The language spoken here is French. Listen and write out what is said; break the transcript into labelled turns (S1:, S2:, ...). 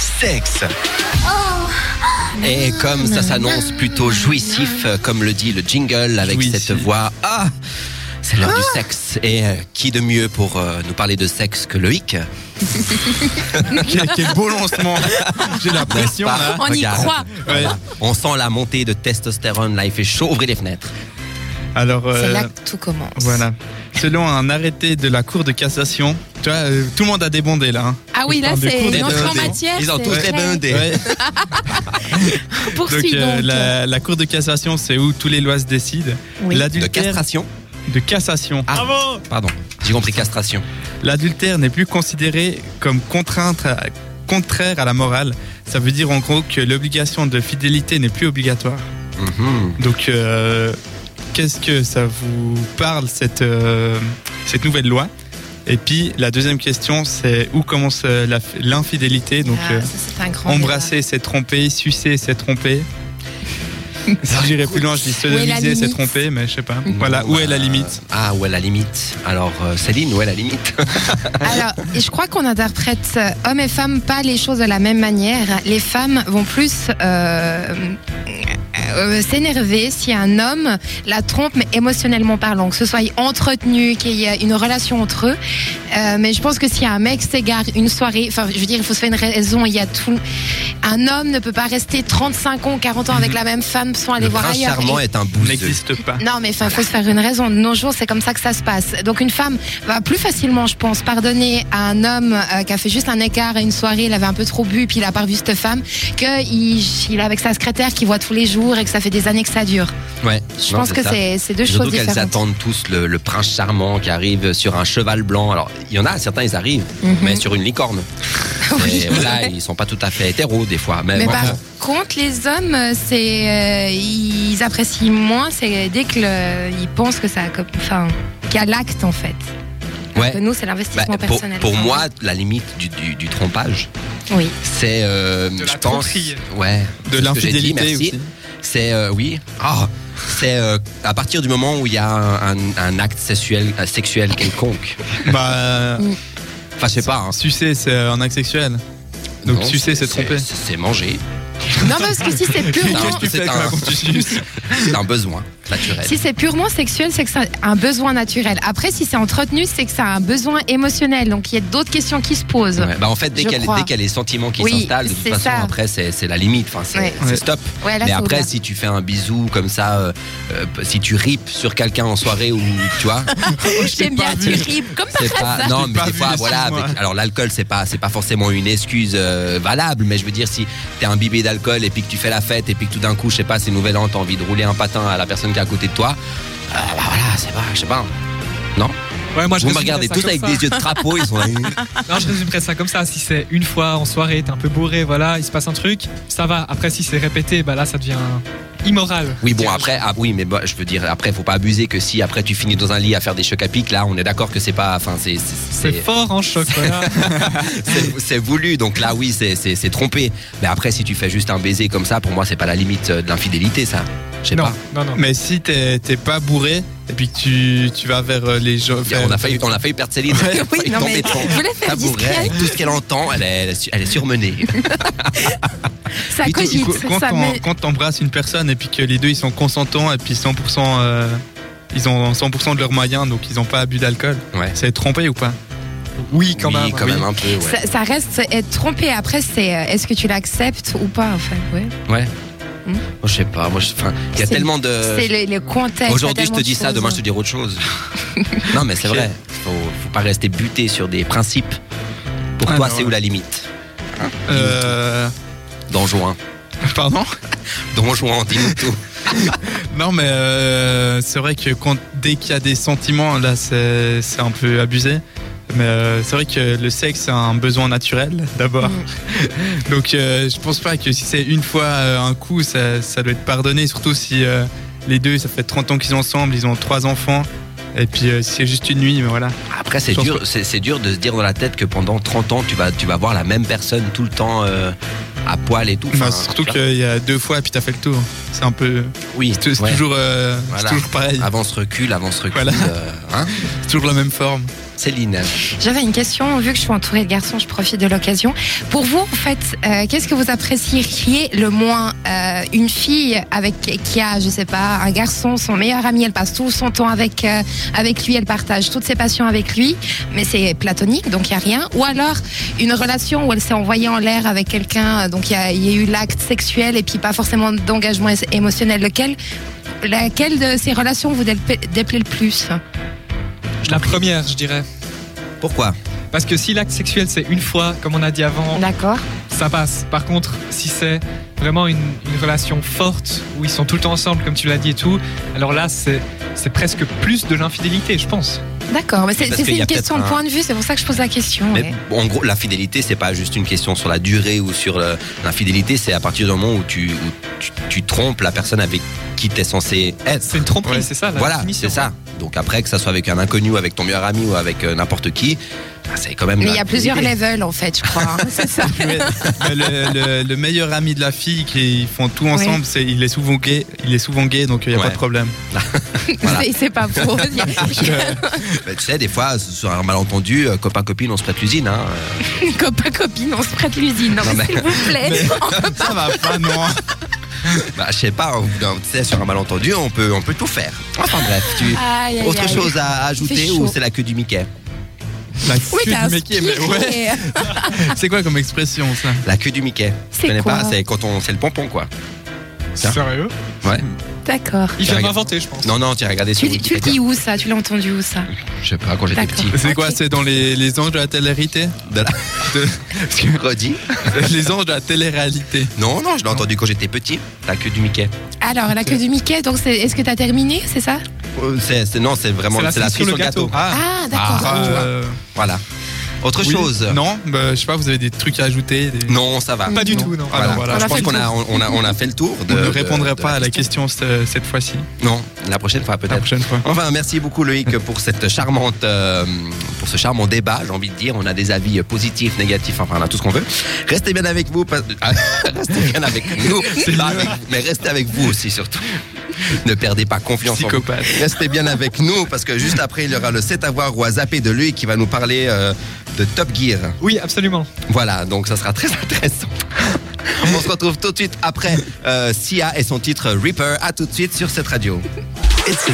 S1: sexe. Et comme ça s'annonce plutôt jouissif, euh, comme le dit le jingle, avec
S2: Jouissif.
S1: cette voix, ah, c'est l'heure du sexe. Et euh, qui de mieux pour euh, nous parler de sexe que Loïc
S2: Quel, quel beau lancement J'ai l'impression
S1: N'est-ce pas
S2: là.
S3: On y
S1: Bah, Regarde.
S3: croit.
S2: Ouais.
S1: On sent la montée de testostérone, là il fait chaud, ouvrez les fenêtres.
S2: Alors euh,
S3: C'est là que tout commence.
S2: voilà. Selon un arrêté de la Cour de cassation, tu vois, euh, tout le monde a débondé là. hein.
S3: Ah oui,
S2: On
S3: là,
S2: parle de cours
S3: c'est
S2: des
S3: l'entrée en
S2: blindés.
S3: matière.
S1: Ils ont
S3: c'est
S1: tous les
S3: clair.
S1: blindés.
S2: Ouais. Donc,
S3: Poursuis donc.
S2: euh, la, la Cour de cassation, c'est où tous les lois se décident.
S3: Oui.
S1: De
S2: L'adultère
S1: castration
S2: de cassation.
S1: Ah, Pardon, j'ai compris castration.
S2: L'adultère n'est plus considéré comme contrainte à- contraire à la morale. Ça veut dire en gros que l'obligation de fidélité n'est plus obligatoire.
S1: Mhm.
S2: Donc, euh, qu'est-ce que ça vous parle, cette, euh, cette nouvelle loi Et puis, la deuxième question, c'est où commence euh, la- l'infidélité Donc,
S3: Ah,
S2: euh,
S3: ça, c'est un grand
S2: embrasser, c'est tromper, sucer, c'est tromper. si j'irais plus loin, je dis
S3: Où est la
S2: sodomiser, c'est
S3: limite
S2: tromper, mais je sais pas. Voilà,
S1: Bon,
S2: où est la
S1: bah,
S2: limite
S1: Ah, où est la limite Alors, euh, Céline, où est la limite
S3: débat. Alors, et je crois qu'on interprète euh, hommes et femmes pas les choses de la même manière. Les femmes vont plus euh, euh, s'énerver si un homme la trompe, mais émotionnellement parlant, que ce soit entretenu, qu'il y ait une relation entre eux. Euh, mais je pense que si un mec s'égare une soirée, enfin, je veux dire, il faut se faire une raison. Il y a tout. Un homme ne peut pas rester 35 ans, 40 ans avec la même femme sans aller
S1: Le
S3: voir
S1: prince
S3: ailleurs.
S1: charmant
S3: Et-
S1: est un bouseux.
S2: N'existe pas.
S3: Non, mais il faut se faire une raison. De nos jours, c'est comme ça que ça se passe. Donc, une femme va plus facilement, je pense, pardonner à un homme euh, qui a fait juste un écart à une soirée, il avait un peu trop bu, puis il a pas revu cette femme, qu'il il est avec sa secrétaire qui voit tous les jours et que ça fait des années que ça dure.
S1: Ouais,
S3: Je
S1: non,
S3: pense que
S1: ça.
S3: c'est c'est deux
S1: Surtout
S3: choses
S1: qu'elles
S3: différentes.
S1: attendent tous le, le prince charmant qui arrive sur un cheval blanc. Alors, il y en a, certains, ils arrivent,
S3: Mhm.
S1: mais sur une licorne.
S3: Oui.
S1: Et voilà, ils sont pas tout à fait hétéros, des fois. Mais,
S3: Mais
S1: bon,
S3: par contre, les hommes, euh, c'est euh, ils apprécient moins. C'est dès que le- ils pensent que ça, a comme- enfin, qu'il y a l'acte en fait.
S1: ouais.
S3: Que nous, c'est
S1: Bah,
S3: l'investissement
S1: pour,
S3: personnel.
S1: pour moi, la limite du, du- du trompage,
S3: oui.
S1: c'est. euh,
S2: De la
S1: je pense.
S2: tromperie.
S1: Ouais.
S2: De
S1: c'est ce que j'ai dit,
S2: l'infidélité
S1: merci.
S2: aussi.
S1: C'est. euh, oui. Ah, c'est euh, à partir du moment où il y a un, un- un acte sexuel, un sexuel quelconque.
S2: Bah,
S1: Enfin, je sais pas. hein.
S2: sucer, c'est un acte sexuel. Donc,
S1: Non,
S2: sucer, c'est tromper.
S1: C'est manger.
S3: Non, parce que si c'est purement
S2: Qu'est-ce que tu fais
S1: c'est
S2: avec
S1: un-
S2: moi quand tu suces
S1: C'est un besoin naturel.
S3: Si c'est purement sexuel, c'est que c'est un besoin naturel. Après, si c'est entretenu, c'est que c'est un besoin émotionnel. Donc, il y a d'autres questions qui se posent.
S1: Ouais, bah en fait, dès
S3: Je
S1: qu'il y, a-
S3: crois.
S1: dès qu'il y a les sentiments qui
S3: Oui,
S1: s'installent, de toute
S3: c'est
S1: façon,
S3: ça.
S1: après, c'est c'est la limite. Enfin, c'est
S3: Ouais.
S1: c'est
S2: Ouais.
S1: stop.
S3: Ouais, là,
S1: Mais
S3: c'est
S1: après,
S3: ouvert.
S1: si tu fais un bisou comme ça, euh, euh, si tu ripes sur quelqu'un en soirée ou tu vois,
S3: Oh, j'aime
S2: pas
S3: bien, tu
S2: vu.
S3: rimes comme
S1: c'est
S3: par
S1: pas.
S3: hasard.
S1: Non,
S2: J'ai
S1: mais
S2: pas
S1: des
S2: vu,
S1: fois, voilà.
S2: excuse-moi.
S1: avec- alors, l'alcool, c'est pas, c'est pas forcément une excuse euh, valable, mais je veux dire, si t'es un bibé d'alcool et puis que tu fais la fête et puis que tout d'un coup, je sais pas, c'est nouvel an, t'as envie de rouler un patin à la personne qui est à côté de toi, euh, bah voilà, c'est pas, je sais pas.
S4: Ouais, moi je
S1: Vous me
S4: résumerais
S1: regardez
S4: ça
S1: tous
S4: comme
S1: avec
S4: ça.
S1: des yeux de crapaud, ils sont là.
S4: Non, je résumerais ça comme ça. Si c'est une fois en soirée, t'es un peu bourré, voilà, il se passe un truc, ça va. Après, si c'est répété, bah là, ça devient immoral.
S1: Oui, bon, après, ah, oui, mais bah, je veux dire, après, faut pas abuser que si après tu finis dans un lit à faire des chocs à pic, là, on est d'accord que c'est pas. Enfin, c'est-
S4: C'est
S1: c'est-
S4: fort en choc, voilà.
S1: c'est c'est- c'est voulu, donc là, oui, c'est- c'est c'est trompé. Mais après, si tu fais juste un baiser comme ça, pour moi, c'est pas la limite euh, de l'infidélité, ça. Je sais
S4: non,
S1: pas.
S4: non, non.
S2: Mais si t'es t'es pas bourré et puis que tu, tu vas vers euh, les gens.
S1: On a failli, on a failli perdre Céline. Elle a
S3: Oui,
S1: failli
S3: non,
S1: tomber
S3: mais
S1: de son
S3: je voulais faire
S1: tabouret,
S3: discret.
S1: avec tout ce qu'elle entend, elle est, elle est su- elle est surmenée.
S3: Ça
S1: Oui, tu-
S3: cogite.
S2: quand
S3: ça
S2: on-
S3: met-
S2: quand t'embrasses une personne et puis que les deux ils sont consentants et puis 100%. euh, ils ont 100% de leurs moyens, donc ils n'ont pas abus d'alcool.
S1: Ouais.
S2: C'est trompé ou pas
S4: Oui, quand
S1: oui,
S4: même.
S1: quand
S4: oui.
S1: même un peu. Ouais.
S3: ça, ça reste être trompé. Après, c'est euh, est-ce que tu l'acceptes ou pas, en fait. ouais.
S1: Moi, Je sais pas. Moi, je- enfin, il y a
S3: C'est-
S1: tellement de.
S3: c'est le, le contexte.
S1: Euh, Aujourd'hui, je te dis ça, demain, je te
S3: dis
S1: dirai autre chose. non, mais c'est
S2: Ok.
S1: vrai. Faut, faut pas rester buté sur des principes. Pour
S2: Ah
S1: toi,
S2: non,
S1: c'est où
S2: ouais.
S1: la limite
S2: euh,
S1: Dans juin.
S2: Pardon
S1: Dans juin, dis-nous tout.
S2: Non, mais euh, c'est vrai que quand, dès qu'il y a des sentiments, là, c'est c'est un peu abusé. Mais euh, c'est vrai que le sexe, c'est un besoin naturel, d'abord.
S1: Mm.
S2: Donc, euh, je pense pas que si c'est une fois euh, un coup, ça, ça doit être pardonné. Surtout si euh, les deux, ça fait 30 ans qu'ils sont ensemble, ils ont trois enfants. Et puis, euh, si c'est juste une nuit, mais voilà.
S1: Après, c'est
S2: Je pense
S1: dur, c'est, c'est dur de se dire dans la tête que pendant 30 ans, tu vas, tu vas voir la même personne tout le temps euh, à poil et tout.
S2: Enfin,
S1: Enfin,
S2: surtout
S1: tu vois.
S2: qu'il y a deux fois, et puis t'as fait le tour. C'est un peu.
S1: Oui,
S2: C'est c'est
S1: ouais.
S2: toujours, euh, c'est
S1: Voilà. Ah.
S2: toujours pareil.
S1: Avance recul, avance recul.
S2: Voilà.
S1: euh, hein. hein
S2: Toujours la même forme.
S1: Céline.
S3: J'avais une question, vu que je suis entourée de garçons, je profite de l'occasion. Pour vous, en fait, euh, qu'est-ce que vous apprécieriez le moins Euh, Une fille avec qui a, je sais pas, un garçon, son meilleur ami, elle passe tout son temps avec, euh, avec lui, elle partage toutes ses passions avec lui, mais c'est platonique, donc il n'y a rien. Ou alors une relation où elle s'est envoyée en l'air avec quelqu'un, euh, donc il y, a- il y a eu l'acte sexuel et puis pas forcément d'engagement é- émotionnel. Lequel, laquelle de ces relations vous dé- déplaît le plus
S4: La première, je dirais.
S1: Pourquoi
S4: Parce que si l'acte sexuel c'est une fois, comme on a dit avant,
S3: D'accord.
S4: ça passe. Par contre, si c'est vraiment une, une relation forte où ils sont tout le temps ensemble, comme tu l'as dit et tout, alors là c'est c'est presque plus de l'infidélité, je pense.
S3: D'accord, mais c'est
S1: Parce
S3: c'est
S1: qu'il y a
S3: une
S1: peut-être
S3: question de
S1: un-
S3: point de vue, c'est pour ça que je pose la question.
S1: Mais
S3: ouais.
S1: bon, en gros, la fidélité, c'est pas juste une question sur la durée ou sur le- l'infidélité. C'est à partir du moment où tu, où tu, tu trompes la personne avec qui t'es censé être.
S4: C'est une tromperie,
S2: Ouais.
S4: c'est
S3: Ah bah,
S4: ça la
S1: Voilà,
S4: définition.
S1: c'est ça. Donc après, que ça soit avec un inconnu, ou avec ton meilleur ami ou avec euh, n'importe qui, bah, c'est quand même.
S3: Mais
S1: la
S3: il y a plusieurs
S1: fidélité.
S3: levels en fait, je crois. hein, c'est ça.
S2: Mais- mais le, le- le meilleur ami de la fille qui ils font tout ensemble, c'est il est souvent gay, il est souvent gay, donc il n'y a
S1: Ouais.
S2: pas de problème. Euh,
S1: Voilà.
S3: C'est- C'est pas faux. Il y a- il y a
S1: Bah, tu sais, des fois, sur un malentendu, euh, copain, copine, on se prête l'usine. Hein. Euh,
S3: une copain copine, on se prête l'usine. Non,
S1: Non,
S3: mais
S1: mais-
S3: s'il vous plaît.
S2: Mais- Ça va pas, non.
S1: Bah, je sais pas, hein, dans- tu sais, sur un malentendu, on peut, on peut tout faire. Enfin bref, tu.
S3: Aïe, aïe,
S1: Autre
S3: aïe.
S1: chose à ajouter
S3: fait
S1: ou
S3: chaud.
S1: c'est la queue du Mickey
S2: La
S3: Oui,
S2: queue
S3: t'as
S2: du mec, mais ouais.
S3: inspiré.
S2: C'est quoi comme expression ça
S1: La queue du Mickey. Tu
S3: C'est
S1: connais
S3: quoi
S1: pas C'est quand on, c'est le pompon quoi. Tiens.
S4: Sérieux
S3: D'accord.
S4: Il vient
S1: Regarde.
S4: d'inventer, je pense.
S1: Non non, tiens, regardez sur
S3: Tu, tu le
S1: Wikipédia.
S3: dis où ça Tu l'as entendu où ça
S1: Je sais pas quand j'étais
S3: D'accord.
S1: petit.
S2: C'est quoi
S3: Ok.
S2: C'est dans les, les anges de la télé-réalité
S1: De la- Redis.
S2: Les anges de la télé-réalité.
S1: Non non, je l'ai entendu quand j'étais petit. La queue du Mickey.
S3: Alors, la queue du Mickey, donc c'est- est-ce que t'as terminé C'est ça
S1: Euh, C'est c'est- non, c'est vraiment
S4: C'est la
S1: c'est la
S4: cerise sur
S1: cerise
S4: le
S1: sur le gâteau.
S3: Ah, d'accord.
S1: Ah,
S3: Je vois.
S2: Euh,
S1: Voilà. Autre
S2: oui.
S1: chose.
S2: Non, bah, je sais pas, vous avez des trucs à ajouter des-
S1: Non, ça va.
S4: Pas du
S3: Non.
S4: tout, non.
S2: Ah,
S1: Voilà.
S2: non, voilà,
S3: On
S1: je
S3: a
S1: pense
S3: fait
S1: qu'on
S3: le
S1: a on, a on a fait le tour. De,
S2: On ne
S1: de-
S2: répondrait
S1: Euh, de-
S2: pas à la question ce- cette fois-ci.
S1: Non, la prochaine fois
S2: La
S1: peut-être.
S2: prochaine fois.
S1: Enfin, merci beaucoup Loïc pour cette charmante, euh, pour ce charmant débat. J'ai envie de dire, on a des avis positifs, négatifs, enfin, on a tout ce qu'on veut. Restez bien avec vous, parce- Ah, restez bien avec nous, Pas avec- mais restez avec vous aussi surtout. Ne perdez pas confiance. en vous.
S2: Psychopathe.
S1: Restez bien avec nous parce que juste après, il y aura le 7 à voir ou à zapper de lui qui va nous parler euh, de Top Gear.
S4: Oui, absolument.
S1: Voilà, donc ça sera très intéressant. On se retrouve tout de suite après euh, Sia et son titre Reaper. À tout de suite sur cette radio. Etc.